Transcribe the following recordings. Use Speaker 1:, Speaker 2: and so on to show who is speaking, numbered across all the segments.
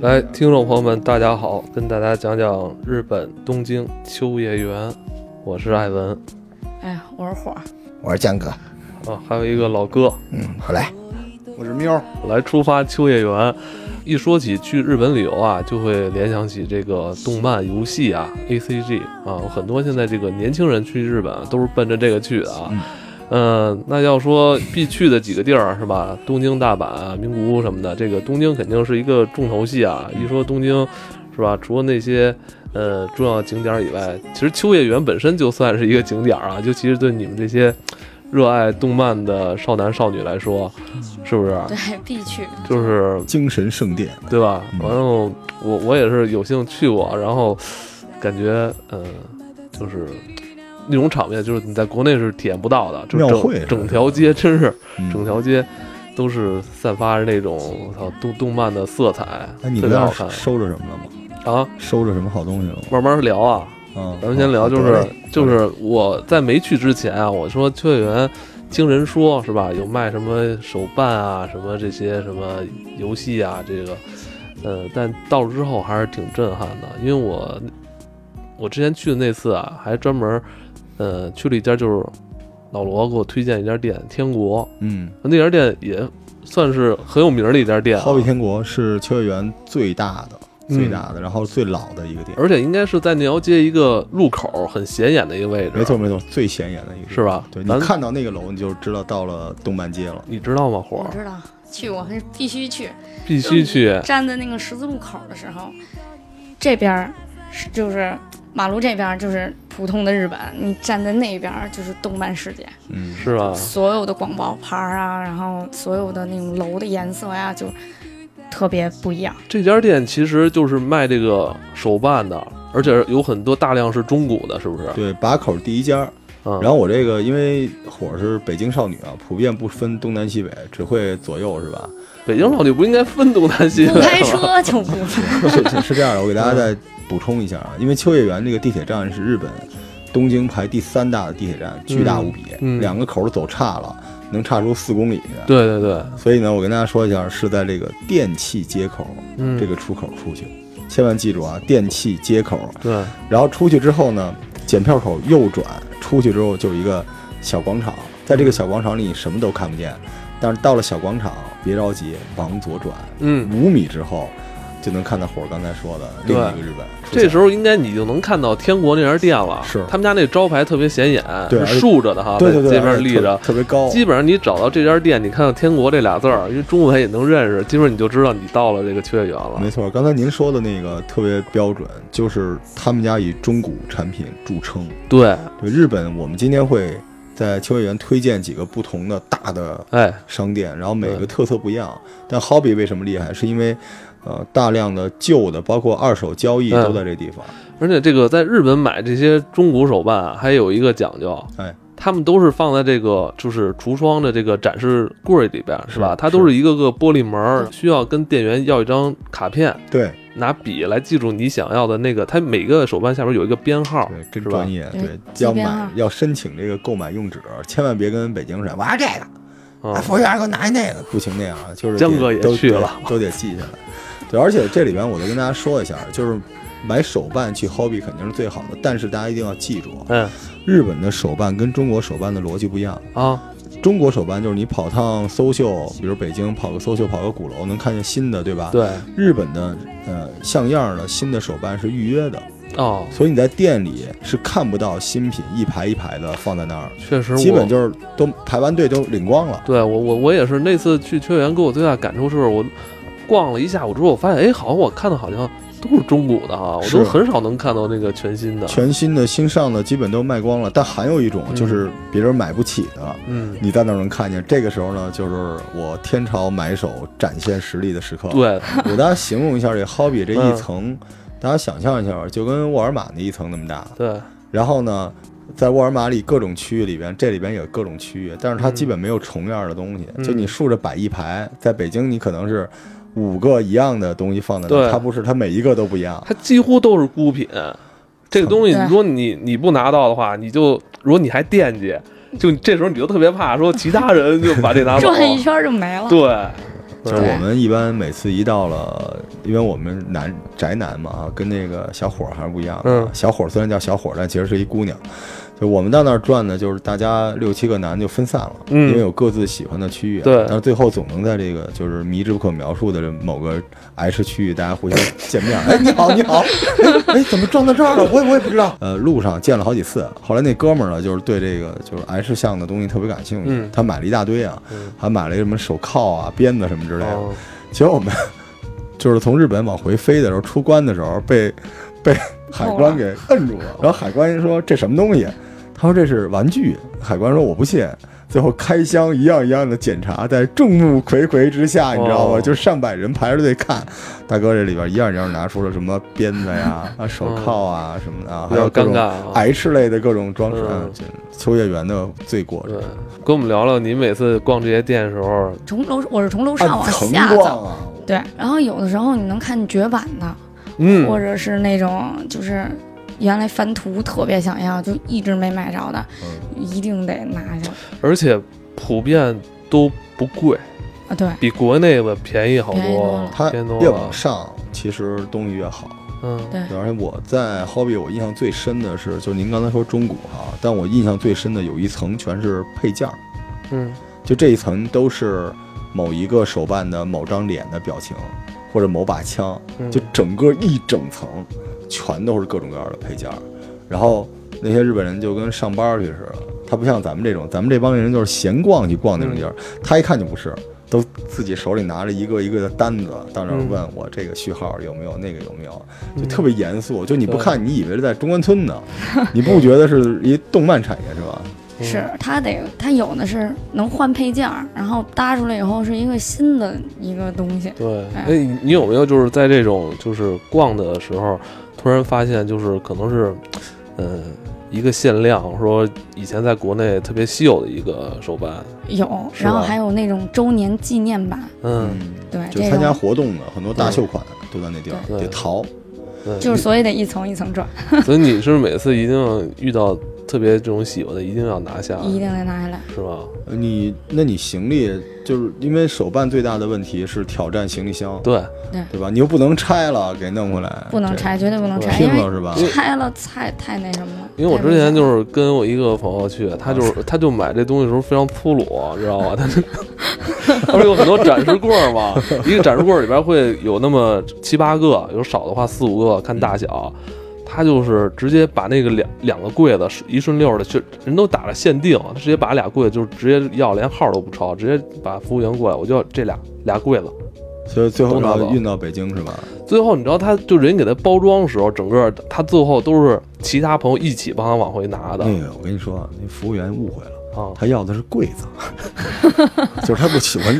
Speaker 1: 来，听众朋友们，大家好，跟大家讲讲日本东京秋叶原，我是艾文
Speaker 2: 哎呀，我是火儿，
Speaker 3: 我是江哥，
Speaker 1: 啊，还有一个老哥，
Speaker 3: 嗯，好嘞，
Speaker 4: 我是 喵，
Speaker 1: 来出发秋叶原。一说起去日本旅游啊，就会联想起这个动漫、游戏啊，A C G 啊，很多现在这个年轻人去日本啊都是奔着这个去的啊。嗯，那要说必去的几个地儿是吧？东京、大阪啊、名古屋什么的，这个东京肯定是一个重头戏啊。一说东京，是吧？除了那些呃重要景点以外，其实秋叶原本身就算是一个景点啊，尤其是对你们这些热爱动漫的少男少女来说，是不是？
Speaker 2: 对，必去。
Speaker 1: 就是
Speaker 3: 精神圣殿，
Speaker 1: 对吧？
Speaker 3: 嗯
Speaker 1: 然后我我也是有幸去过，然后感觉嗯、呃就是那种场面，就是你在国内是体验不到的，就是
Speaker 3: 庙会
Speaker 1: 整整条街真是
Speaker 3: 嗯
Speaker 1: 整条街都是散发着那种我操动动漫的色彩，
Speaker 3: 哎，你
Speaker 1: 特
Speaker 3: 不
Speaker 1: 别好
Speaker 3: 要
Speaker 1: 看
Speaker 3: 收着什么了吗？
Speaker 1: 啊！
Speaker 3: 收着什么好东西了吗？
Speaker 1: 慢慢聊啊，
Speaker 3: 啊，
Speaker 1: 咱们先聊，
Speaker 3: 好
Speaker 1: 就是、
Speaker 3: 得嘞
Speaker 1: 就是我在没去之前啊，我说秋叶原听人说是吧，有卖什么手办啊，什么这些什么游戏啊，这个，呃，但到了之后还是挺震撼的，因为我我之前去的那次啊，还专门呃去了一家，就是老罗给我推荐一家店，天国
Speaker 3: 嗯，
Speaker 1: 那家店也算是很有名儿的一家店、啊
Speaker 3: 好，比天国是秋叶原最大的、
Speaker 1: 嗯
Speaker 3: 最大的，然后最老的一个店，
Speaker 1: 而且应该是在那条街一个路口很显眼的一个位置，
Speaker 3: 没错，没错，最显眼的一个
Speaker 1: 是
Speaker 3: 吧？
Speaker 1: 吧？
Speaker 3: 对你
Speaker 1: 咱
Speaker 3: 看到那个楼，你就知道到了动漫街了。
Speaker 1: 你知道吗，火
Speaker 2: 我
Speaker 1: 儿？
Speaker 2: 知道，去我是必须去。
Speaker 1: 必须去，
Speaker 2: 站在那个十字路口的时候，这边儿是就是马路这边儿就是普通的日本，你站在那边儿就是动漫世界，
Speaker 3: 嗯，
Speaker 1: 是吧？
Speaker 2: 所有的广告牌儿啊，然后所有的那种楼的颜色呀、就特别不一样。
Speaker 1: 这家店其实就是卖这个手办的，而且有很多大量是中古的，是不是？
Speaker 3: 对，把口第一家，
Speaker 1: 嗯，
Speaker 3: 然后我这个因为火是北京少女啊，普遍不分东南西北，只会左右是吧？
Speaker 1: 北京少女不应该分东南西
Speaker 2: 不开
Speaker 1: 北吗？
Speaker 2: 车就不是
Speaker 3: 是是这样的，我给大
Speaker 1: 嗯
Speaker 3: 家再补充一下啊，因为秋叶原这个地铁站是日本东京排第三大的地铁站，巨大无比，
Speaker 1: 嗯
Speaker 3: 两个口儿走岔了，能岔出四公里。，
Speaker 1: 对对对，
Speaker 3: 所以呢，我跟大家说一下，是在这个电气街口
Speaker 1: 嗯，
Speaker 3: 这个出口出去，千万记住啊，电气街口。
Speaker 1: 对，嗯
Speaker 3: 然后出去之后呢，检票口右转，出去之后就有一个小广场，在这个小广场里你什么都看不见，但是到了小广场，别着急，往左转，
Speaker 1: 嗯，
Speaker 3: 五米之后就能看到火儿刚才说的
Speaker 1: 对
Speaker 3: 另一个日本。
Speaker 1: 这时候应该你就能看到天国那家店了，
Speaker 3: 是
Speaker 1: 他们家那招牌特别显眼，
Speaker 3: 对而
Speaker 1: 是
Speaker 3: 且
Speaker 1: 竖着的哈，
Speaker 3: 对对对，
Speaker 1: 在街啊边立着
Speaker 3: 而且。特特别哦高。
Speaker 1: 基本上你找到这家店，你看到“天国”这俩字儿，因为中文也能认识，基本上你就知道你到了这个秋叶原了。
Speaker 3: 没错，刚才您说的那个特别标准，就是他们家以中古产品著称。
Speaker 1: 对，
Speaker 3: 对日本，我们今天会在秋叶原推荐几个不同的大的
Speaker 1: 哎，
Speaker 3: 商店，然后每
Speaker 1: 对
Speaker 3: 个特色不一样。但 Hobby 为什么厉害？是因为呃大量的旧的，包括二手交易
Speaker 1: 嗯
Speaker 3: 都在这地方。
Speaker 1: 而且这个在日本买这些中古手办啊，还有一个讲究，
Speaker 3: 哎，
Speaker 1: 他们都是放在这个就是橱窗的这个展示柜里边，是吧？
Speaker 3: 是
Speaker 1: 它都是一个个玻璃门儿，需要跟店员要一张卡片，
Speaker 3: 对
Speaker 1: 拿笔来记住你想要的那个。它每个手办下边有一个编号，
Speaker 3: 对，
Speaker 1: 是
Speaker 3: 真
Speaker 1: 吧
Speaker 3: 专？业。
Speaker 2: 对
Speaker 3: 对，
Speaker 2: 街
Speaker 3: 要
Speaker 2: 边啊
Speaker 3: 买要申请这个购买用纸，千万别跟北京似的，我要这个。
Speaker 1: 嗯
Speaker 3: 啊，，服务员给我拿一那个，不行那样啊，就是
Speaker 1: 江
Speaker 3: 得
Speaker 1: 哥也
Speaker 3: 都
Speaker 1: 去
Speaker 3: 得
Speaker 1: 了
Speaker 3: 都得记下来。对，而且这里边我再跟大家说一下，就是买手办去 hobby 肯定是最好的，但是大家一定要记住，啊
Speaker 1: 嗯
Speaker 3: 日本的手办跟中国手办的逻辑不一样。
Speaker 1: 啊，
Speaker 3: 中国手办就是你跑趟搜秀，比如北京跑个搜秀，跑个鼓楼，能看见新的，对吧？。
Speaker 1: 对，
Speaker 3: 日本的呃像样的新的手办是预约的，
Speaker 1: 哦，
Speaker 3: 所以你在店里是看不到新品一排一排的放在那儿，
Speaker 1: 确实我，
Speaker 3: 基本就是都排完队都领光了。
Speaker 1: 对我我我也是那次去秋叶原，给我最大感触是我逛了一下午之后，我发现哎，好像我看的好像都是中古的啊哈，我
Speaker 3: 是
Speaker 1: 都很少能看到那个全新的。
Speaker 3: 全新的、新上的基本都卖光了，但还有一种就是别人买不起的，
Speaker 1: 嗯，
Speaker 3: 你在那儿能看见。这个时候呢，就是我天朝买手展现实力的时 刻。，
Speaker 1: 对，
Speaker 3: 我给大家形容一下这 hobby 这
Speaker 1: 嗯
Speaker 3: 一层，大家想象一下，就跟沃尔玛那一层那么大。
Speaker 1: 对，
Speaker 3: 然后呢，在沃尔玛里各种区域里边，这里边也有各种区域，但是它
Speaker 1: 嗯
Speaker 3: 基本没有重样的东西。
Speaker 1: 嗯
Speaker 3: 就你竖着摆一排，在北京你可能是五个一样的东西放在那
Speaker 1: 对
Speaker 3: 儿，它不是，它每一个都不一样。
Speaker 1: 它几乎都是孤品。这个东西，
Speaker 2: 对
Speaker 1: 如果你你不拿到的话，你就如果你还惦记，就这时候你就特别怕说其他人就把这拿走，
Speaker 2: 转一圈儿就没了。
Speaker 1: 对，
Speaker 3: 就是
Speaker 2: 对
Speaker 3: 我们一般每次一到了，因为我们男宅男嘛啊，跟那个小伙儿还是不一样。
Speaker 1: 嗯
Speaker 3: 小伙儿虽然叫小伙儿，但其实是一姑娘。就我们到那儿转呢，就是大家六七个男就分散了，
Speaker 1: 嗯
Speaker 3: 因为有各自喜欢的区域啊。
Speaker 1: 对
Speaker 3: 但是最后总能在这个就是迷之不可描述的这某个 H 区域，大家互相见面。哎，你好，你好。哎，怎么撞到这儿了？我也我也不知道。呃，路上见了好几次。后来那哥们儿呢，就是对这个就是 H 项的东西特别感兴趣，
Speaker 1: 嗯
Speaker 3: 他买了一大堆啊，
Speaker 1: 嗯
Speaker 3: 还买了一什么手铐啊、鞭子什么之类的。
Speaker 1: 哦
Speaker 3: 结果我们就是从日本往回飞的时候，出关的时候被被海关给摁住
Speaker 1: 哦
Speaker 3: 了。然后海关说：“这什么东西？”他说：“这是玩具。”海关说：“我不信。”最后开箱一样一样的检查，在众目睽睽之下，你知道吗？
Speaker 1: 哦
Speaker 3: 就是上百人排着队看。大哥这里边一样一样拿出了什么鞭 子呀、啊手铐啊什么的啊，还有
Speaker 1: 有点
Speaker 3: 各种
Speaker 1: 尴尬啊
Speaker 3: H 类的各种装饰。
Speaker 1: 嗯
Speaker 3: 嗯，这秋叶原的罪过。
Speaker 1: 对，跟我们聊聊你每次逛这些店的时候，
Speaker 2: 从楼我是从楼
Speaker 1: 嗯
Speaker 3: 按
Speaker 2: 上往
Speaker 3: 层
Speaker 2: 下走，
Speaker 3: 逛啊，
Speaker 2: 对，然后有的时候你能看绝版的，
Speaker 1: 嗯，
Speaker 2: 或者是那种就是原来翻图特别想要，就一直没买着的，
Speaker 1: 嗯
Speaker 2: 一定得拿下
Speaker 1: 而且普遍都不贵，
Speaker 2: 啊！对，
Speaker 1: 比国内的便宜好
Speaker 2: 便宜多
Speaker 1: 多
Speaker 2: 了，
Speaker 3: 它
Speaker 1: 便宜多
Speaker 3: 越往
Speaker 1: 了。
Speaker 3: 上，其实东西越好。
Speaker 1: 嗯，
Speaker 2: 对
Speaker 3: 对而且我在 Hobby 我印象最深的是，就是您刚才说中古哈、但我印象最深的有一层全是配件儿，
Speaker 1: 嗯，
Speaker 3: 就这一层都是某一个手办的某张脸的表情，或者某把枪，
Speaker 1: 嗯
Speaker 3: 就整个一整层全都是各种各样的配件儿。然后那些日本人就跟上班儿去似的，他不像咱们这种，咱们这帮人就是闲逛去逛
Speaker 1: 嗯
Speaker 3: 那种地儿，他一看就不是。都自己手里拿着一个一个的单子，到那儿
Speaker 1: 嗯
Speaker 3: 问我这个序号有没有，那个有没有，就
Speaker 1: 嗯
Speaker 3: 特别严肃。就你不
Speaker 1: 对
Speaker 3: 看，你以为是在中关村呢，你不觉得是一动漫产业是吧？
Speaker 1: 嗯
Speaker 2: 是它得它有的是能换配件儿，然后搭出来以后是一个新的一个东西。
Speaker 1: 对，
Speaker 2: 哎
Speaker 1: 哎，你你有没有就是在这种就是逛的时候，突然发现就是可能是，嗯，一个限量，说以前在国内特别稀有的一个手办，
Speaker 2: 有，
Speaker 1: 是吧
Speaker 2: 然后还有那种周年纪念版，
Speaker 1: 嗯，，
Speaker 2: 对，
Speaker 3: 就
Speaker 2: 哎这
Speaker 3: 参加
Speaker 2: 种
Speaker 3: 活动的很多大秀款都在那地儿，
Speaker 1: 对
Speaker 3: 得淘。
Speaker 1: 对
Speaker 2: 就是所以得一层一层转，
Speaker 1: 所以你是每次一定要遇到特别这种喜欢的，一定要拿下，
Speaker 2: 一定得拿下来。
Speaker 1: 是吧？
Speaker 3: 呃你那你行李就是因为手办最大的问题是挑战行李箱，
Speaker 1: 对，
Speaker 3: 对吧？你又不能拆了，给弄回来，
Speaker 2: 不能拆，绝对不能
Speaker 1: 对
Speaker 2: 拆，
Speaker 3: 拼
Speaker 2: 因
Speaker 3: 了
Speaker 2: 为
Speaker 3: 是吧？
Speaker 2: 拆了太太那什么了。
Speaker 1: 因为我
Speaker 2: 太
Speaker 1: 之
Speaker 2: 危
Speaker 1: 前
Speaker 2: 险
Speaker 1: 就是跟我一个朋友去，他就是他就买这东西的时候非常粗鲁，啊知道吧？他就他不是有很多展示柜儿嘛，一个展示柜儿里边会有那么七八个，有少的话四五个，看大小。他就是直接把那个两两个柜子一顺溜儿的，就人都打了限定，他直接把俩柜子就直接要，连号都不抄，直接把服务员过来，我就要这俩俩柜子。
Speaker 3: 所以最后
Speaker 1: 都拿走
Speaker 3: 要运到北京是吧？
Speaker 1: 最后你知道，他就人给他包装的时候，整个他最后都是其他朋友一起帮他往回拿的
Speaker 3: 那个我跟你说啊，那服务员误会了。
Speaker 1: 啊。
Speaker 3: 他要的是柜 子，就是他不喜欢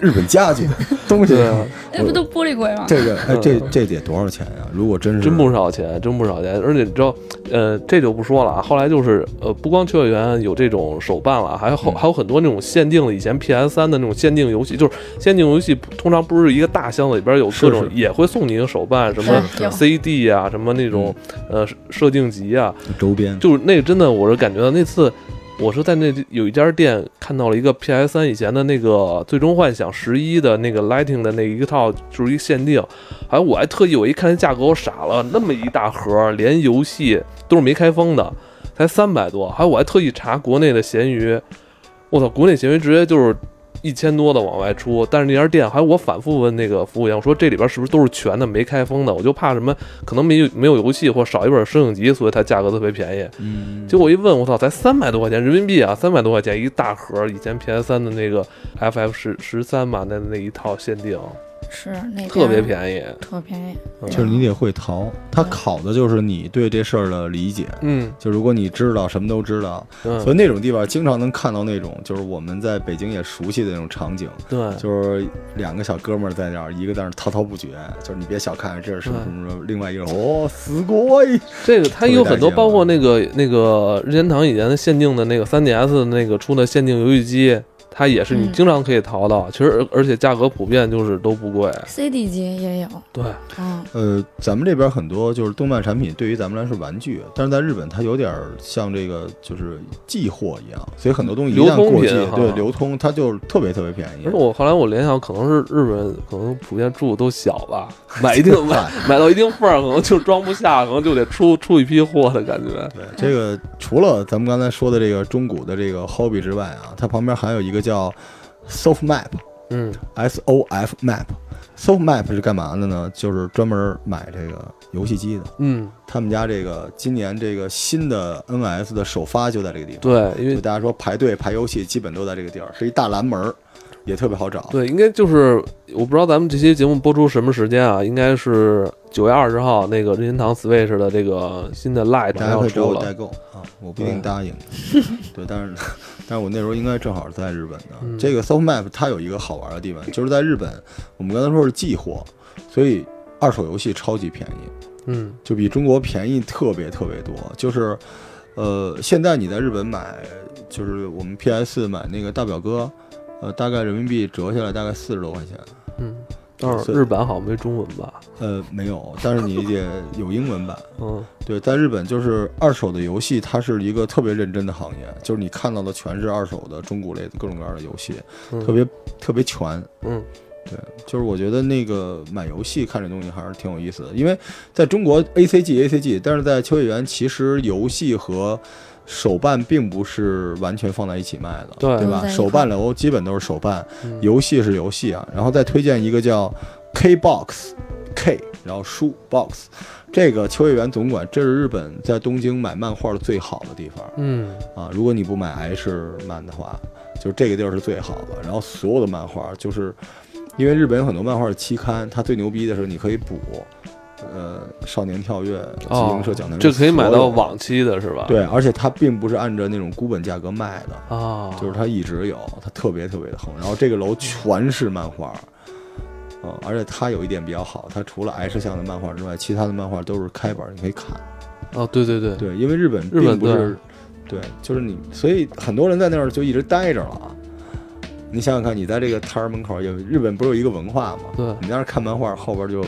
Speaker 3: 日本家 具东西
Speaker 1: 对啊。
Speaker 2: 那哎不都玻璃柜吗？
Speaker 3: 这个哎，这这得多少钱呀、如果真是
Speaker 1: 真不少钱，真不少钱。而且你知道，呃，这就不说了啊。后来就是，呃，不光秋叶原有这种手办了，还有
Speaker 3: 嗯
Speaker 1: 后、还有很多那种限定的，以前 PS 三的那种限定游戏，就是限定游戏通常不是一个大箱子里边有
Speaker 3: 是
Speaker 1: 各种，
Speaker 3: 是
Speaker 1: 也会送你一个手办，什么
Speaker 2: 对有
Speaker 1: CD 啊，什么那种、
Speaker 3: 嗯
Speaker 1: 呃设定集啊，
Speaker 3: 周边，
Speaker 1: 就是那个真的，我是感觉到那次。我是在那有一家店看到了一个 PS 三以前的那个《最终幻想十一》的那个 Lighting 的那一套，就是一个限定。好像我还特意我一看这价格，我傻了，那么一大盒，连游戏都是没开封的，才三百多。还有我还特意查国内的闲鱼，我操，国内闲鱼直接就是一千多的往外出。但是那家店还有我反复问那个服务员，我说这里边是不是都是全的没开封的？我就怕什么可能没有没有游戏或少一本摄影集，所以它价格特别便宜。
Speaker 3: 嗯，
Speaker 1: 结果我一问，我操，才三百多块钱人民币啊，三百多块钱一大盒，以前 PS 三的那个 FF 十十三吧，那那一套限定
Speaker 2: 是那
Speaker 1: 特别
Speaker 2: 宜，
Speaker 1: 便宜。
Speaker 2: 特便宜。
Speaker 1: 嗯
Speaker 3: 就是你得会淘，他考的就是你对这事儿的理解。
Speaker 1: 嗯
Speaker 3: 就如果你知道什么都知道，所
Speaker 1: 嗯，
Speaker 3: 以那种地方经常能看到那种，就是我们在北京也熟悉的那种场景，
Speaker 1: 对，
Speaker 3: 就是两个小哥们儿在那儿，一个在那儿滔滔不绝，就是你别小看这是什么什么什么，另外一个
Speaker 1: 嗯
Speaker 3: 人哦，死鬼，
Speaker 1: 这个它有很多，
Speaker 3: 特别带劲
Speaker 1: 包括那个那个任天堂以前限定的那个 3DS 那个出的限定游戏机，它也是你
Speaker 2: 嗯
Speaker 1: 经常可以淘到，其实而且价格普遍就是都不贵。
Speaker 2: CD 机也有，
Speaker 1: 对，
Speaker 2: 嗯，
Speaker 3: 呃，咱们这边很多就是动漫产品，对于咱们来说是玩具，但是在日本它有点儿像这个就是寄货一样，所以很多东西一
Speaker 1: 流
Speaker 3: 旦
Speaker 1: 通
Speaker 3: 过
Speaker 1: 品
Speaker 3: 季，
Speaker 1: 哈
Speaker 3: 对流通它就特别特别便宜
Speaker 1: 而且。我后来我联想，可能是日本人可能普遍住都小吧，买一定 买
Speaker 3: 嗨
Speaker 1: 买到一定份儿，可能就装不下，可能就得出出一批货的感觉。
Speaker 3: 对这个，除了咱们刚才说的这个中古的这个 hobby 之外啊，它旁边还有一个叫 soft map，
Speaker 1: 嗯，
Speaker 3: S O F Map。Soft Map 是干嘛的呢？就是专门买这个游戏机的。
Speaker 1: 嗯，
Speaker 3: 他们家这个今年这个新的 NS 的首发就在这个地方。
Speaker 1: 对，因
Speaker 3: 就
Speaker 1: 为
Speaker 3: 大家说排队排游戏，基本都在这个地儿，是一大蓝门儿，也特别好找。
Speaker 1: 对，应该就是我不知道咱们这期节目播出什么时间啊？应该是九月二十号那个任天堂 Switch 的这个新的 Lite 马
Speaker 3: 大家
Speaker 1: 上
Speaker 3: 会
Speaker 1: 要
Speaker 3: 找
Speaker 1: 出
Speaker 3: 我代
Speaker 1: 了。
Speaker 3: 购啊，我不一 定答应。对，但是但是我那时候应该正好在日本呢。
Speaker 1: 嗯
Speaker 3: 这个 Soft Map 它有一个好玩的地方，就是在日本，我们刚才说是寄货，所以二手游戏超级便宜。
Speaker 1: 嗯
Speaker 3: 就比中国便宜特别特别多。就是，呃，现在你在日本买，就是我们 PS 买那个大表哥，呃，大概人民币折下来大概四十多块钱。
Speaker 1: 嗯，但是
Speaker 3: 所以
Speaker 1: 日版好像没中文吧？
Speaker 3: 呃，没有，但是你得有英文版。
Speaker 1: 嗯
Speaker 3: 对，在日本就是二手的游戏，它是一个特别认真的行业，就是你看到的全是二手的中古类的各种各样的游戏，
Speaker 1: 嗯
Speaker 3: 特别特别全。
Speaker 1: 嗯，
Speaker 3: 对，就是我觉得那个买游戏看这东西还是挺有意思的，因为在中国 A C G A C G，但是在秋叶原其实游戏和手办并不是完全放在一起卖的，
Speaker 1: 对
Speaker 3: 对
Speaker 2: 都在一
Speaker 3: 吧？
Speaker 2: 块儿
Speaker 3: 手办楼基本都是手办，
Speaker 1: 嗯
Speaker 3: 游戏是游戏啊。然后再推荐一个叫 K Box K，然后书 Box，这个秋叶原总馆，这是日本在东京买漫画的最好的地方。
Speaker 1: 嗯
Speaker 3: 啊，如果你不买 H 漫的话，就是这个地儿是最好的。然后所有的漫画，就是因为日本有很多漫画的期刊，它最牛逼的是你可以补，呃，少年跳跃、集英
Speaker 1: 哦
Speaker 3: 社讲坛，，
Speaker 1: 这可以买到往期的是吧？
Speaker 3: 对，而且它并不是按照那种孤本价格卖的，
Speaker 1: 啊，
Speaker 3: 就是它一直有，它特别特别的横。然后这个楼全是漫画。嗯，而且它有一点比较好，它除了 H 向的漫画之外，其他的漫画都是开本儿，你可以看。
Speaker 1: 哦，对对对，
Speaker 3: 对，因为日本
Speaker 1: 日
Speaker 3: 并
Speaker 1: 本
Speaker 3: 不是，对，就是你，所以很多人在那儿就一直待着了啊。你想想看，你在这个摊儿门口有日本不是有一个文化吗？
Speaker 1: 对
Speaker 3: 你在那儿看漫画，后边就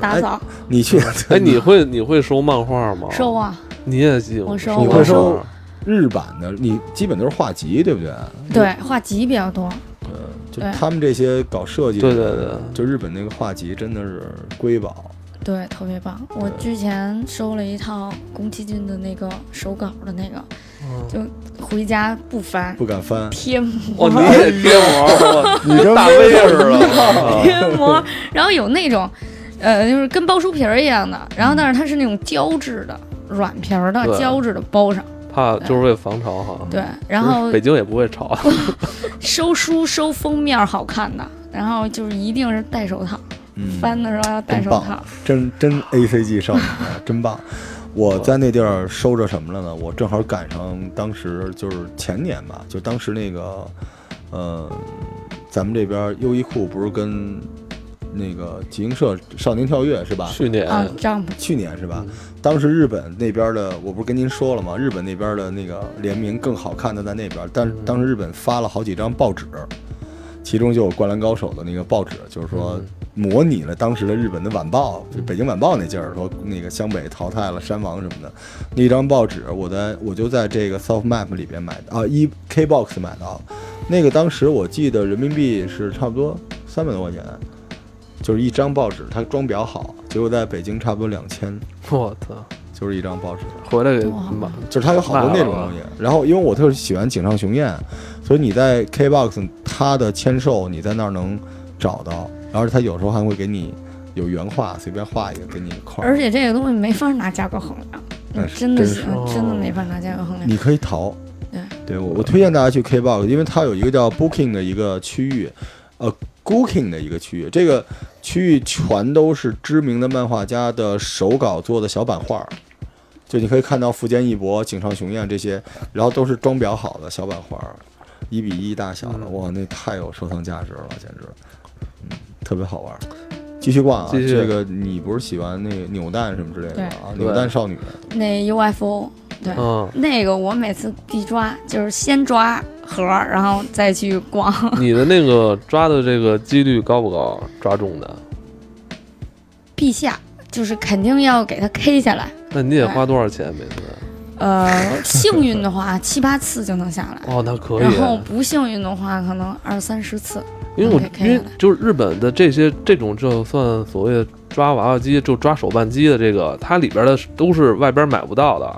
Speaker 2: 打扫
Speaker 3: 哎你去，
Speaker 1: 哎，你会你会收漫画吗？
Speaker 2: 收，
Speaker 3: 哦
Speaker 2: 啊，
Speaker 1: 你也喜欢
Speaker 2: 我收
Speaker 1: 漫
Speaker 3: 你
Speaker 1: 画
Speaker 3: 会收 日版的，你基本都是画集，对不对？
Speaker 2: 对，画集比较多，
Speaker 3: 就
Speaker 2: 对
Speaker 3: 他们这些搞设计的，
Speaker 1: 对对对
Speaker 3: 就日本那个画集真的是瑰宝。
Speaker 2: 对，特别棒。我
Speaker 3: 对
Speaker 2: 之前收了一套宫崎骏的那个手稿的那个，
Speaker 1: 嗯
Speaker 2: 就回家不翻，，
Speaker 3: 不敢翻
Speaker 2: 贴
Speaker 1: 哦，
Speaker 2: 膜，
Speaker 1: 你也贴膜，哇
Speaker 3: 你跟
Speaker 1: 大
Speaker 3: 威
Speaker 1: 威
Speaker 3: 尔
Speaker 1: 似的。啊
Speaker 2: 贴膜，然后有那种，呃，就是跟包书皮儿一样的，然后但是它是那种胶质的。软皮儿的
Speaker 1: 对
Speaker 2: 胶质的包上，
Speaker 1: 怕就是为防潮哈。
Speaker 2: 对，
Speaker 3: 嗯
Speaker 2: 然 后
Speaker 1: 北京也不会潮，
Speaker 2: 收书收封面儿好看的，然后就是一定是戴手套，
Speaker 3: 嗯
Speaker 2: 翻的时候要戴
Speaker 3: 真
Speaker 2: 手
Speaker 3: 棒
Speaker 2: 套。
Speaker 3: 真真 A C G 少女 啊，真棒！我在那地儿收着什么了呢？我正好赶上当时就是前年吧，就当时那个，呃，咱们这边优衣库不是跟那个集英社少年跳跃是吧？
Speaker 1: 去年
Speaker 2: 啊，Jump
Speaker 3: 去年是吧
Speaker 1: 嗯？
Speaker 3: 当时日本那边的，我不是跟您说了吗？日本那边的那个联名更好看的在那边，但是当时日本发了好几张报纸，其中就有《灌篮高手》的那个报纸，就是说模拟了当时的日本的晚报，就北京晚报那劲儿，说那个湘北淘汰了山王什么的。那张报纸，我在我就在这个 Soft Map 里边买的啊，一 K Box 买到，那个当时我记得人民币是差不多三百多块钱。就是一张报纸，它装裱好，结果在北京差不多两千，
Speaker 1: 我操，
Speaker 3: 就是一张报纸，
Speaker 1: 回来给
Speaker 2: 哇
Speaker 1: 买。
Speaker 3: 就是它有好多那种东西。然后因为我特喜欢井上雄彦，所以你在 KBox 它的签售你在那儿能找到，然后它有时候还会给你有原画，随便画一个给你一块
Speaker 2: 而
Speaker 3: 儿。
Speaker 2: 且这个东西没法拿价格衡量，
Speaker 3: 那
Speaker 2: 你
Speaker 3: 哎是
Speaker 2: 真的
Speaker 3: 真
Speaker 2: 喜
Speaker 3: 是嗯
Speaker 2: 欢，真的
Speaker 1: 哦
Speaker 2: 没法拿价格衡量。
Speaker 3: 你可以淘
Speaker 2: 对。
Speaker 3: 对，我我推荐大家去 KBox，因为它有一个叫 Booking 的一个区域，呃，Booking 的一个区域，这个区域全都是知名的漫画家的手稿做的小版画儿。就你可以看到富坚义博、井上雄彦这些，然后都是装裱好的小版画儿，一比一大小的，
Speaker 1: 嗯
Speaker 3: 哇，那太有收藏价值了，简直，嗯，特别好玩儿。继续逛啊，
Speaker 1: 继续
Speaker 3: 这个你不是喜欢那个扭蛋什么之类的
Speaker 2: 对
Speaker 3: 啊？
Speaker 1: 对
Speaker 3: 扭蛋少女，
Speaker 2: 那 UFO 对，
Speaker 1: 嗯，
Speaker 2: 那个我每次必抓，就是先抓盒儿，然后再去逛。
Speaker 1: 你的那个抓的这个几率高不高？抓中的，
Speaker 2: 陛下就是肯定要给它 K 下来，
Speaker 1: 那你得花多少钱每次？
Speaker 2: 呃，幸运的话七八次就能下来，
Speaker 1: 哦，那 可以。
Speaker 2: 然后不幸运的话可能二三十次。
Speaker 1: 因为我
Speaker 2: 能给
Speaker 1: 因为
Speaker 2: 开下来
Speaker 1: 就是日本的这些这种就算所谓的抓娃娃机，就抓手办机的这个，它里边的都是外边买不到的，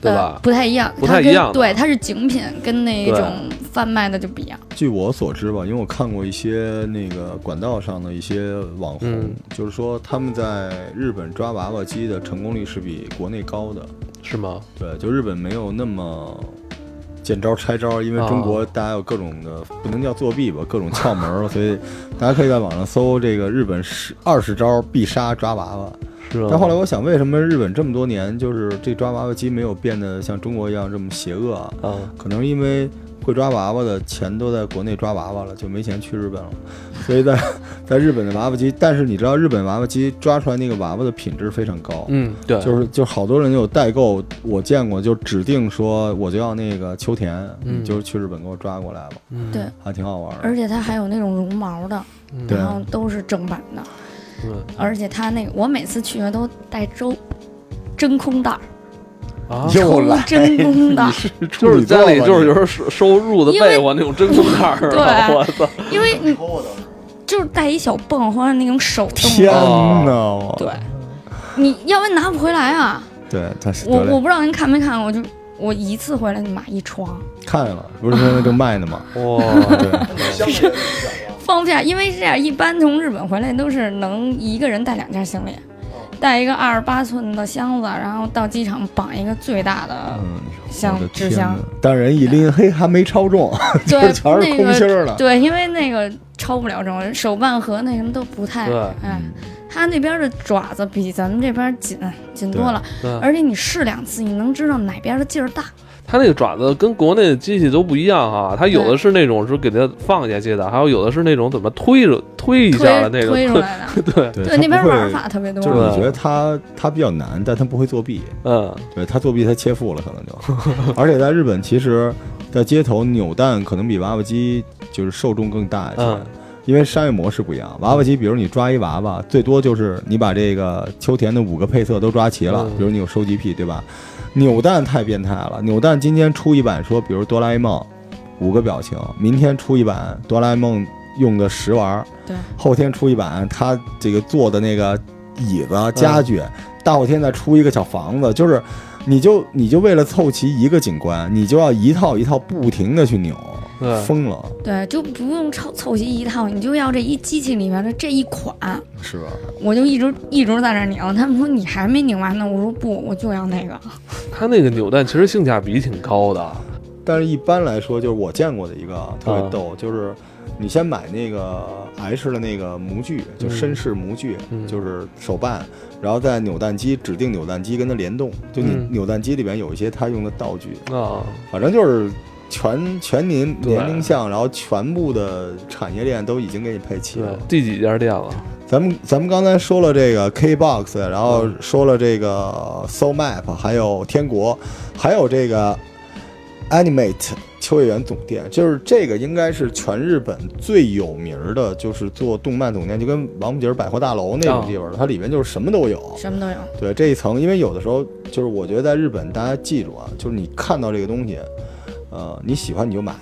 Speaker 1: 对
Speaker 2: 呃
Speaker 1: 吧？
Speaker 2: 不太一样，
Speaker 1: 不太一样
Speaker 2: 它跟对，它是精品，跟那
Speaker 1: 对
Speaker 2: 种贩卖的就不一样。
Speaker 3: 据我所知吧，因为我看过一些那个管道上的一些网红，
Speaker 1: 嗯
Speaker 3: 就是说他们在日本抓娃娃机的成功率是比国内高的。
Speaker 1: 是吗？
Speaker 3: 对，就日本没有那么见招拆招，因为中国大家有各种的，不能叫作弊吧，各种窍门儿，所以大家可以在网上搜这个日本十二十招必杀抓娃娃。
Speaker 1: 是吗？
Speaker 3: 但后来我想，为什么日本这么多年就是这抓娃娃机没有变得像中国一样这么邪恶啊？
Speaker 1: 啊，
Speaker 3: 可能因为会抓娃娃的钱都在国内抓娃娃了，就没钱去日本了，所以在在日本的娃娃机，但是你知道日本娃娃机抓出来那个娃娃的品质非常高，
Speaker 1: 嗯，对，
Speaker 3: 就是就好多人有代购，我见过就指定说我就要那个秋田，
Speaker 1: 嗯
Speaker 3: 你就去日本给我抓过来吧，
Speaker 1: 嗯
Speaker 2: 对
Speaker 3: 还挺好玩
Speaker 2: 而
Speaker 3: 的。
Speaker 2: 且它还有那种绒毛的，
Speaker 1: 嗯
Speaker 3: 对
Speaker 2: 然后都是正版的，
Speaker 1: 嗯
Speaker 2: 而且它那个我每次去都带周真空袋儿，
Speaker 1: 啊，
Speaker 3: 又来
Speaker 2: 真空袋儿，
Speaker 1: 就是家里就是有时
Speaker 3: 有
Speaker 1: 候收收入的
Speaker 2: 因为
Speaker 1: 被窝那种真空袋儿，啊
Speaker 2: 对
Speaker 1: 我 操，
Speaker 2: 因为你就是带一小泵或者那种手动
Speaker 3: 天
Speaker 1: 哦
Speaker 3: 啊
Speaker 2: 的，
Speaker 3: 哪！
Speaker 2: 对，你要不然拿不回来啊。
Speaker 3: 对，他是
Speaker 2: 我
Speaker 3: 得嘞
Speaker 2: 我不知道您看没看过，就我一次回来就买一床，
Speaker 3: 看见了，不是现在正 卖呢吗？
Speaker 1: 哇，
Speaker 3: 对，
Speaker 2: 放不下，因为是这样，一般从日本回来都是能一个人带两件行李，带一个二十八寸的箱子，然后到机场绑一个最大的，
Speaker 3: 嗯，
Speaker 2: 箱
Speaker 3: 我的
Speaker 2: 纸
Speaker 3: 天
Speaker 2: 箱
Speaker 3: 哪，但人一拎，嘿，还没超重，
Speaker 2: 对
Speaker 3: 全是
Speaker 2: 那
Speaker 3: 空心
Speaker 2: 个
Speaker 3: 儿了。
Speaker 2: 对，因为那个超不了重，手腕和那什么都不太
Speaker 1: 对，
Speaker 2: 哎，
Speaker 3: 嗯
Speaker 2: 他那边的爪子比咱们这边紧紧多了，
Speaker 1: 对，
Speaker 2: 而且你试两次，你能知道哪边的劲儿大。
Speaker 1: 它那个爪子跟国内的机器都不一样哈、它有的是那种是给它放下去的，还有有的是那种怎么推着推一
Speaker 2: 推
Speaker 1: 下的那
Speaker 2: 推出
Speaker 1: 个，
Speaker 2: 来的。
Speaker 1: 对，
Speaker 2: 对，
Speaker 3: 对他
Speaker 2: 那边
Speaker 3: 不会
Speaker 2: 玩法特别多。
Speaker 3: 就是
Speaker 1: 对
Speaker 3: 你觉得他他比较难，但他不会作弊，
Speaker 1: 嗯，
Speaker 3: 对他作弊他切腹了可能就。 而且在日本，其实，在街头扭蛋可能比娃娃机就是受众更大一些，
Speaker 1: 嗯
Speaker 3: 因为商业模式不一样。娃娃机，比如你抓一娃娃，最多就是你把这个秋田的五个配色都抓齐了，
Speaker 1: 嗯
Speaker 3: 比如你有收集癖，对吧？扭蛋太变态了，扭蛋今天出一版说，比如哆啦 A 梦五个表情，明天出一版哆啦 A 梦用的食玩，
Speaker 2: 对，
Speaker 3: 后天出一版，他这个做的那个椅子、啊家具，大后天再出一个小房子，就是你就你就为了凑齐一个景观，你就要一套一套不停的去扭，
Speaker 1: 对
Speaker 3: 疯了，
Speaker 2: 对，就不用凑凑齐一套，你就要这一机器里面的这一款。
Speaker 3: 是吧？
Speaker 2: 我就一直一直在那儿拧，他们说你还没拧完呢，我说不，我就要那个。
Speaker 1: 它那个扭蛋其实性价比挺高的，
Speaker 3: 但是一般来说，就是我见过的一个啊特别逗，就是你先买那个 H 的那个模具，就绅士模具，
Speaker 1: 嗯
Speaker 3: 就是手办，然后在扭蛋机指定扭蛋机跟它联动，就你
Speaker 1: 嗯
Speaker 3: 扭蛋机里边有一些它用的道具，
Speaker 1: 啊，
Speaker 3: 反正就是全全年
Speaker 1: 对
Speaker 3: 年龄项，然后全部的产业链都已经给你配齐
Speaker 1: 对
Speaker 3: 了。，
Speaker 1: 第几家店了？
Speaker 3: 咱们咱们刚才说了这个 KBox，然后说了这个 Soul Map，还有天国，还有这个 Animate 秋叶原总店，就是这个应该是全日本最有名儿的，就是做动漫总店，就跟王府井百货大楼那种地方，它里面就是什么都有。
Speaker 2: 什么都有，
Speaker 3: 对这一层，因为有的时候就是我觉得在日本，大家记住啊，就是你看到这个东西，呃，你喜欢你就买，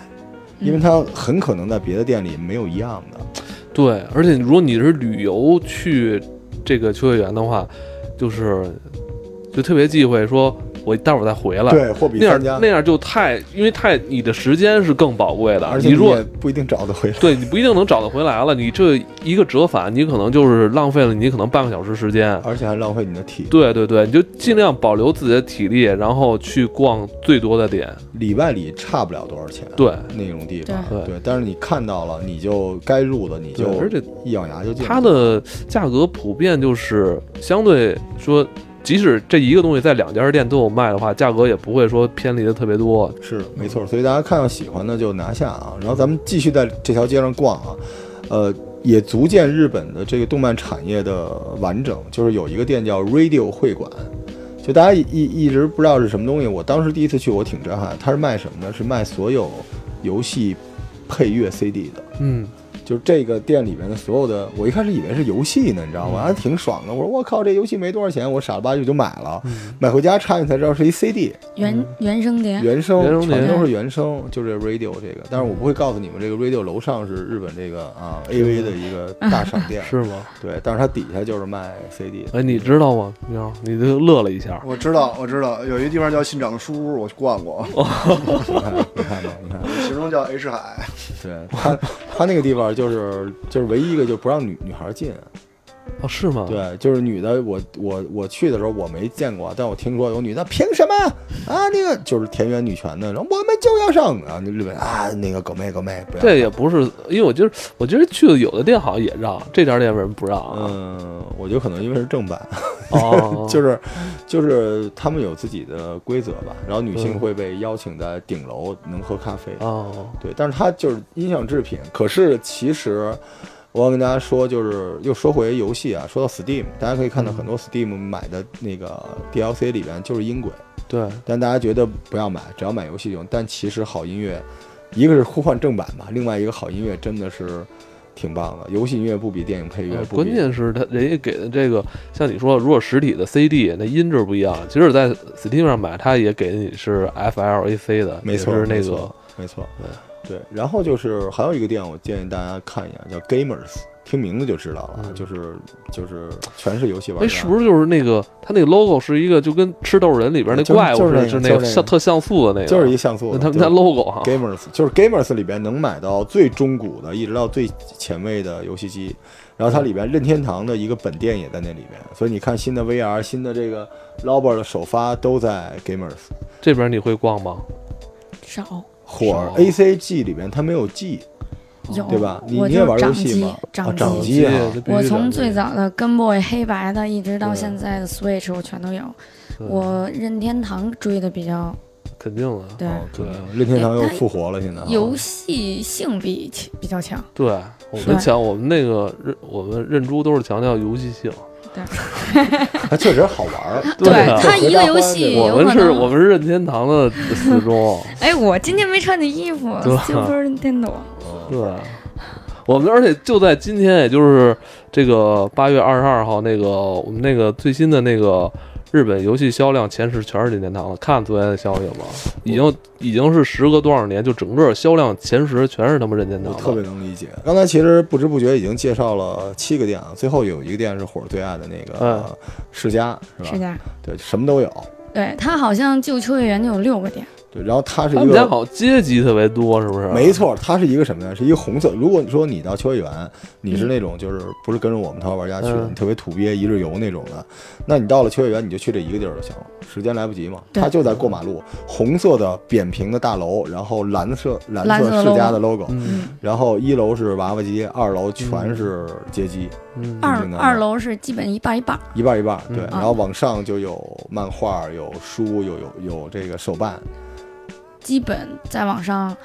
Speaker 3: 因为它很可能在别的店里没有一样的。
Speaker 1: 对，而且如果你是旅游去这个秋叶原的话，就是就特别忌讳说，我待会儿再回来。
Speaker 3: 对，货比
Speaker 1: 那样
Speaker 3: 三家
Speaker 1: 那，样就太，因为太你的时间是更宝贵的。
Speaker 3: 而且
Speaker 1: 你
Speaker 3: 你
Speaker 1: 如果
Speaker 3: 也不一定找得回来。
Speaker 1: 对你不一定能找得回来了。你这一个折返，你可能就是浪费了你可能半个小时时间。
Speaker 3: 而且还浪费你的体力。
Speaker 1: 对对对，你就尽量保留自己的体力，然后去逛最多的点。
Speaker 3: 里外里差不了多少钱。
Speaker 1: 对，
Speaker 3: 那种地方，
Speaker 1: 对
Speaker 3: 对，但是你看到了，你就该入的，你就
Speaker 1: 对而且
Speaker 3: 一咬牙就进。
Speaker 1: 它的价格普遍就是相对说，即使这一个东西在两家店都有卖的话，价格也不会说偏离的特别多。
Speaker 3: 是没错，所以大家看到喜欢的就拿下啊。然后咱们继续在这条街上逛啊，呃，也足见日本的这个动漫产业的完整。就是有一个店叫 Radio 会馆，就大家一一一直不知道是什么东西。我当时第一次去，我挺震撼。它是卖什么的？是卖所有游戏配乐 CD 的。
Speaker 1: 嗯，
Speaker 3: 就是这个店里面的所有的，我一开始以为是游戏呢，你知道吗？还挺爽的。我说我靠，这游戏没多少钱，我傻了吧唧就买了。买回家看才知道是一 CD
Speaker 2: 原原声碟，
Speaker 3: 嗯原声
Speaker 1: 原，声碟
Speaker 3: 全都是原声，就是 radio 这个。但是我不会告诉你们，这个 radio 楼上是日本这个啊 AV 的一个大商店，
Speaker 1: 是吗？
Speaker 3: 对，但是它底下就是卖 CD 的。
Speaker 1: 哎，你知道吗？喵，你就乐了一下。
Speaker 4: 我知道，我知道，有一个地方叫信长书屋，我逛过，
Speaker 3: 你看吧，你看吧，你看吧，
Speaker 4: 其中叫 H 海，
Speaker 3: 对 他，他那个地方就是就是唯一一个就不让女女孩进，
Speaker 1: 哦，是吗？，
Speaker 3: 对，就是女的，我我我去的时候我没见过，但我听说有女的，凭什么啊？那个就是田园女权的，然后我们就要上啊，那日本啊，那个狗妹狗妹不要，
Speaker 1: 这也不是，因为我觉得，我觉得去的有的店好像也让，这家店为什么不让啊？
Speaker 3: 嗯，我觉得可能因为是正版，，
Speaker 1: 哦
Speaker 3: 就是就是他们有自己的规则吧，然后女性
Speaker 1: 嗯
Speaker 3: 会被邀请在顶楼能喝咖啡，
Speaker 1: 哦，
Speaker 3: 对，但是它就是音像制品。可是其实我要跟大家说，就是又说回游戏啊，说到 Steam，大家可以看到
Speaker 1: 嗯
Speaker 3: 很多 Steam 买的那个 DLC 里边就是音轨，
Speaker 1: 对，
Speaker 3: 但大家觉得不要买，只要买游戏就行。但其实好音乐，一个是呼唤正版吧，另外一个好音乐真的是挺棒的。游戏音乐不比电影配乐
Speaker 1: 呃
Speaker 3: 不比，
Speaker 1: 关键是他人家给的这个，像你说，如果实体的 CD 那音质不一样，即使在 Steam 上买，它也给你是 FLAC 的，
Speaker 3: 没错，
Speaker 1: 也是那
Speaker 3: 没
Speaker 1: 个
Speaker 3: 错，没错，对。然后就是还有一个店，我建议大家看一眼，叫 Gamers。听名字就知道了，
Speaker 1: 嗯
Speaker 3: 就是就是全是游戏玩家。
Speaker 1: 哎，是不是就是那个它那个 logo 是一个就跟吃豆人里边那
Speaker 3: 就是
Speaker 1: 怪物
Speaker 3: 就是
Speaker 1: 似的，
Speaker 3: 那
Speaker 1: 那个
Speaker 3: 个就是那个
Speaker 1: 像特像素的那个，
Speaker 3: 就是一像素
Speaker 1: 那
Speaker 3: 的，
Speaker 1: 他们
Speaker 3: 就
Speaker 1: 家
Speaker 3: 是
Speaker 1: logo 哈，
Speaker 3: Gamers 就是 Gamers 里边能买到最中古的，一直到最前卫的游戏机。然后它里边任天堂的一个本店也在那里边，所以你看新的 VR、新的这个 Lover 的首发都在 Gamers。
Speaker 1: 这边你会逛吗？
Speaker 2: 少
Speaker 3: 火
Speaker 1: 少
Speaker 3: ACG 里边它没有 G，
Speaker 2: 有
Speaker 3: 对吧？你
Speaker 2: 我
Speaker 3: 你也
Speaker 2: 就
Speaker 3: 玩
Speaker 2: 掌
Speaker 3: 游戏
Speaker 2: 机
Speaker 3: 吗？啊，
Speaker 2: 掌
Speaker 3: 掌
Speaker 2: 机
Speaker 3: 机啊，
Speaker 1: 这必须
Speaker 2: 我
Speaker 1: 的
Speaker 2: 从最早的 Game Boy 黑白的，一直到
Speaker 3: 对
Speaker 2: 现在的 Switch，我全都有。
Speaker 1: 对哦
Speaker 2: 我任天堂追的比较
Speaker 1: 肯定的，
Speaker 2: 对，
Speaker 3: 哦对，任天
Speaker 1: 哎
Speaker 3: 堂又复活了，现在啊
Speaker 2: 游戏性比起比较强。
Speaker 1: 对我们强，我们那个认我们认猪都是强调游戏性，
Speaker 3: 它确实好玩儿。
Speaker 1: 对啊
Speaker 2: 它一个游戏
Speaker 1: 我
Speaker 2: 有
Speaker 1: 们
Speaker 2: 可
Speaker 1: 是我
Speaker 2: 能。
Speaker 1: 们是任天堂的死 忠，
Speaker 2: 哎，我今天没穿你衣服
Speaker 1: 对啊吧
Speaker 2: ，Super Nintendo。
Speaker 1: 对，我们而且就在今天，也就是这个八月二十二号，那个我们那个最新的那个日本游戏销量前十全是任天堂的，看昨天的消息吗？已经已经是时隔多少年，就整个销量前十全是他妈任天堂
Speaker 3: 我
Speaker 1: 的，
Speaker 3: 特别能理解。刚才其实不知不觉已经介绍了七个店啊，最后有一个店是火儿最爱的那个
Speaker 1: 嗯
Speaker 3: 呃世嘉，
Speaker 1: 啊
Speaker 3: 是
Speaker 2: 是
Speaker 3: 吧？
Speaker 2: 的，
Speaker 3: 对，什么都有。
Speaker 2: 对它好像就秋叶原就有六个店，
Speaker 3: 对，然后它是
Speaker 1: 他
Speaker 3: 一
Speaker 1: 们家啊
Speaker 3: 个，
Speaker 1: 好像阶级特别多，是不是？
Speaker 3: 没，错，它是一个什么呀？是一个红色。如果你说你到秋叶原，你是那种就是不是跟着我们淘宝玩家去的，
Speaker 1: 嗯
Speaker 3: 你特别土鳖一日游那种的，那你到了秋叶原你就去这一个地儿就行了，时间来不及嘛。
Speaker 2: 对
Speaker 3: 它就在过马路，红色的扁平的大楼，然后蓝色蓝
Speaker 2: 蓝色
Speaker 3: 色
Speaker 2: 的
Speaker 3: 世家的 logo，
Speaker 1: 嗯
Speaker 3: 然后一楼是娃娃机，二楼全是街机，
Speaker 1: 嗯，
Speaker 2: 二
Speaker 3: 嗯
Speaker 2: 二楼是基本一半一半。
Speaker 3: 一半儿一半儿，
Speaker 1: 嗯
Speaker 3: 对，
Speaker 1: 啊
Speaker 3: 然后往上就有漫画，有书，有有有这个手办，
Speaker 2: 基本再往上，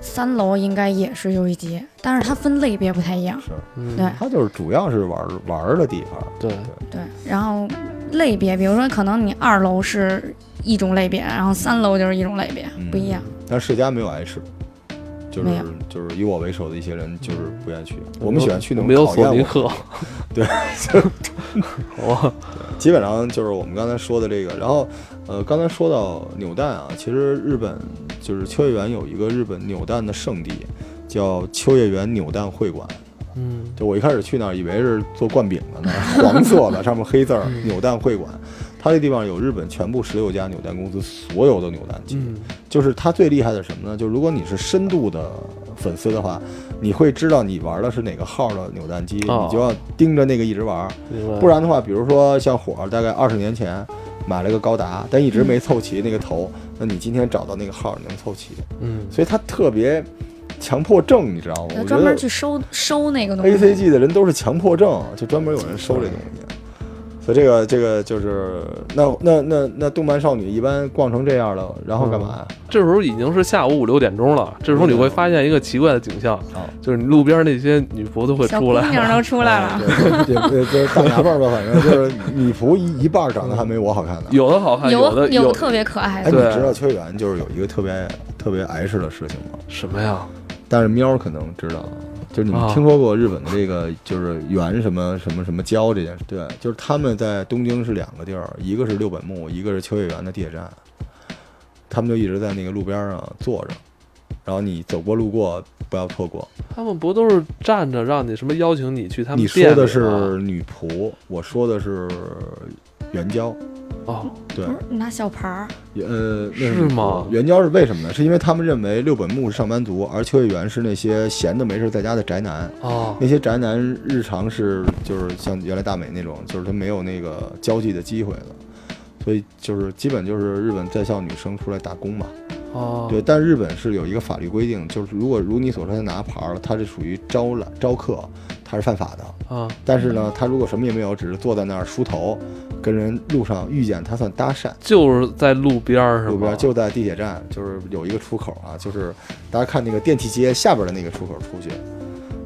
Speaker 2: 三楼应该也是游戏机，但是它分类别不太一样。
Speaker 3: 是
Speaker 1: 嗯
Speaker 2: 对
Speaker 3: 它就是主要是玩儿玩儿的地方，
Speaker 1: 对
Speaker 2: 对，然后类别，比如说可能你二楼是一种类别，然后三楼就是一种类别，
Speaker 3: 嗯
Speaker 2: 不一样。
Speaker 3: 但世家没有爱吃，就是
Speaker 2: 没有
Speaker 3: 就是以我为首的一些人就是不愿意去，我们喜欢去那
Speaker 1: 没有
Speaker 3: 种
Speaker 1: 索
Speaker 3: 考
Speaker 1: 尼
Speaker 3: 验
Speaker 1: 克
Speaker 3: 我，， 对，
Speaker 1: 我
Speaker 3: 基本上就是我们刚才说的这个。然后，呃，刚才说到扭蛋啊，其实日本就是秋叶原有一个日本扭蛋的圣地，叫秋叶原扭蛋会馆。
Speaker 1: 嗯
Speaker 3: 就我一开始去那儿，以为是做灌饼的 呢，黄色的，上面黑字儿
Speaker 1: 嗯
Speaker 3: “扭蛋会馆”。它这地方有日本全部十六家扭蛋公司所有的扭蛋机，
Speaker 1: 嗯
Speaker 3: 就是它最厉害的是什么呢？就如果你是深度的粉丝的话，你会知道你玩的是哪个号的扭蛋机，
Speaker 1: 哦
Speaker 3: 你就要盯着那个一直玩。
Speaker 1: 明白，
Speaker 3: 不然的话，比如说像火儿，大概二十年前买了个高达，但一直没凑齐那个头，那你今天找到那个号能凑齐，
Speaker 1: 嗯
Speaker 3: 所以它特别强迫症，你知道吗？
Speaker 2: 就
Speaker 3: 我觉
Speaker 2: 专门
Speaker 3: 得
Speaker 2: 去收收那个东
Speaker 3: A C
Speaker 2: 西，
Speaker 3: G 的人都是强迫症，就专门有人收这东西。所以这个这个就是那那那那动漫少女一般逛成这样了，然后干嘛呀？
Speaker 1: 这时候已经是下午五六点钟了，这时候你
Speaker 3: 嗯
Speaker 1: 会发现一个奇怪的景象，
Speaker 3: 啊
Speaker 1: 就是路边那些女仆都会
Speaker 2: 小
Speaker 1: 出
Speaker 2: 姑
Speaker 1: 来，
Speaker 2: 娘都出来 了，
Speaker 3: 对对对，就是大牙伴儿吧，反正就是女仆一一半儿长得还没我好看呢。
Speaker 1: 有的好看，有
Speaker 2: 有
Speaker 1: 的有
Speaker 2: 特别可爱的
Speaker 3: 哎，你
Speaker 1: 对，
Speaker 3: 知道邱远就是有一个特别特别碍事的事情吗？
Speaker 1: 什么呀？
Speaker 3: 但是喵儿可能知道，就是你们
Speaker 1: 啊
Speaker 3: 听说过日本的这个就是原什么什么什么交这件事？对，就是他们在东京是两个地儿，一个是六本木，一个是秋叶原的地铁站，他们就一直在那个路边儿上坐着，然后你走过路过不要错过。
Speaker 1: 他们不都是站着让你什么邀请你去他们
Speaker 3: 你
Speaker 1: 店里啊
Speaker 3: 说
Speaker 1: 吗
Speaker 3: 的是女仆，我说的是援交，
Speaker 1: 哦，
Speaker 3: 对
Speaker 2: 不。是拿小牌儿，
Speaker 3: 呃，那
Speaker 1: 是吗
Speaker 3: 援交是为什么呢？是因为他们认为六本木是上班族，而秋叶原是那些闲的没事在家的宅男。
Speaker 1: 哦，
Speaker 3: 那些宅男日常是就是像原来大美那种，就是他没有那个交际的机会了，所以就是基本就是日本在校女生出来打工嘛。
Speaker 1: 哦，
Speaker 3: 对，但日本是有一个法律规定，就是如果如你所说他拿牌儿了，他是属于招揽招客，他是犯法的。
Speaker 1: 啊，
Speaker 3: 但是呢，他如果什么也没有，只是坐在那儿梳头，跟人路上遇见，他算搭讪。
Speaker 1: 就是在路边儿是吧？
Speaker 3: 路边就在地铁站，就是有一个出口啊，就是大家看那个电梯街下边的那个出口出去。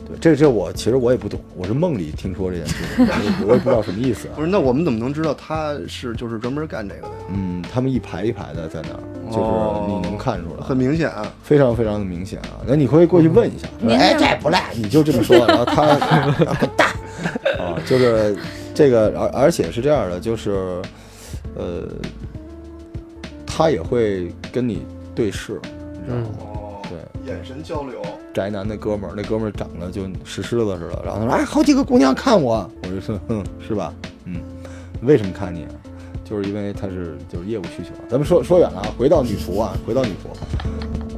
Speaker 3: 对，这这我其实我也不懂，我是梦里听说这件事情，我也不知道什么意思。啊
Speaker 4: 不 是，那我们怎么能知道他是就是专门干这个的呀？
Speaker 3: 嗯，他们一排一排的在那儿，
Speaker 4: 哦
Speaker 3: 就是你能看出来，
Speaker 4: 很明显啊，
Speaker 3: 非常非常的明显啊。那你可以过去问一下，说
Speaker 2: 您
Speaker 3: 哎，
Speaker 2: 这
Speaker 3: 这不赖，你就这么说，然后他然后滚 蛋啊，就是这个，而而且是这样的，就是呃，他也会跟你对视，你知道吗？
Speaker 1: 嗯
Speaker 4: 哦
Speaker 3: 对，
Speaker 4: 眼神交流，
Speaker 3: 宅男那哥们儿，那哥们儿长得就石狮子似的，然后他说：“哎，好几个姑娘看我。” 我就说：“嗯，是吧？嗯，为什么看你啊？就是因为他是就是业务需求啊。”咱们说说远了啊，回到女仆啊，回到女仆，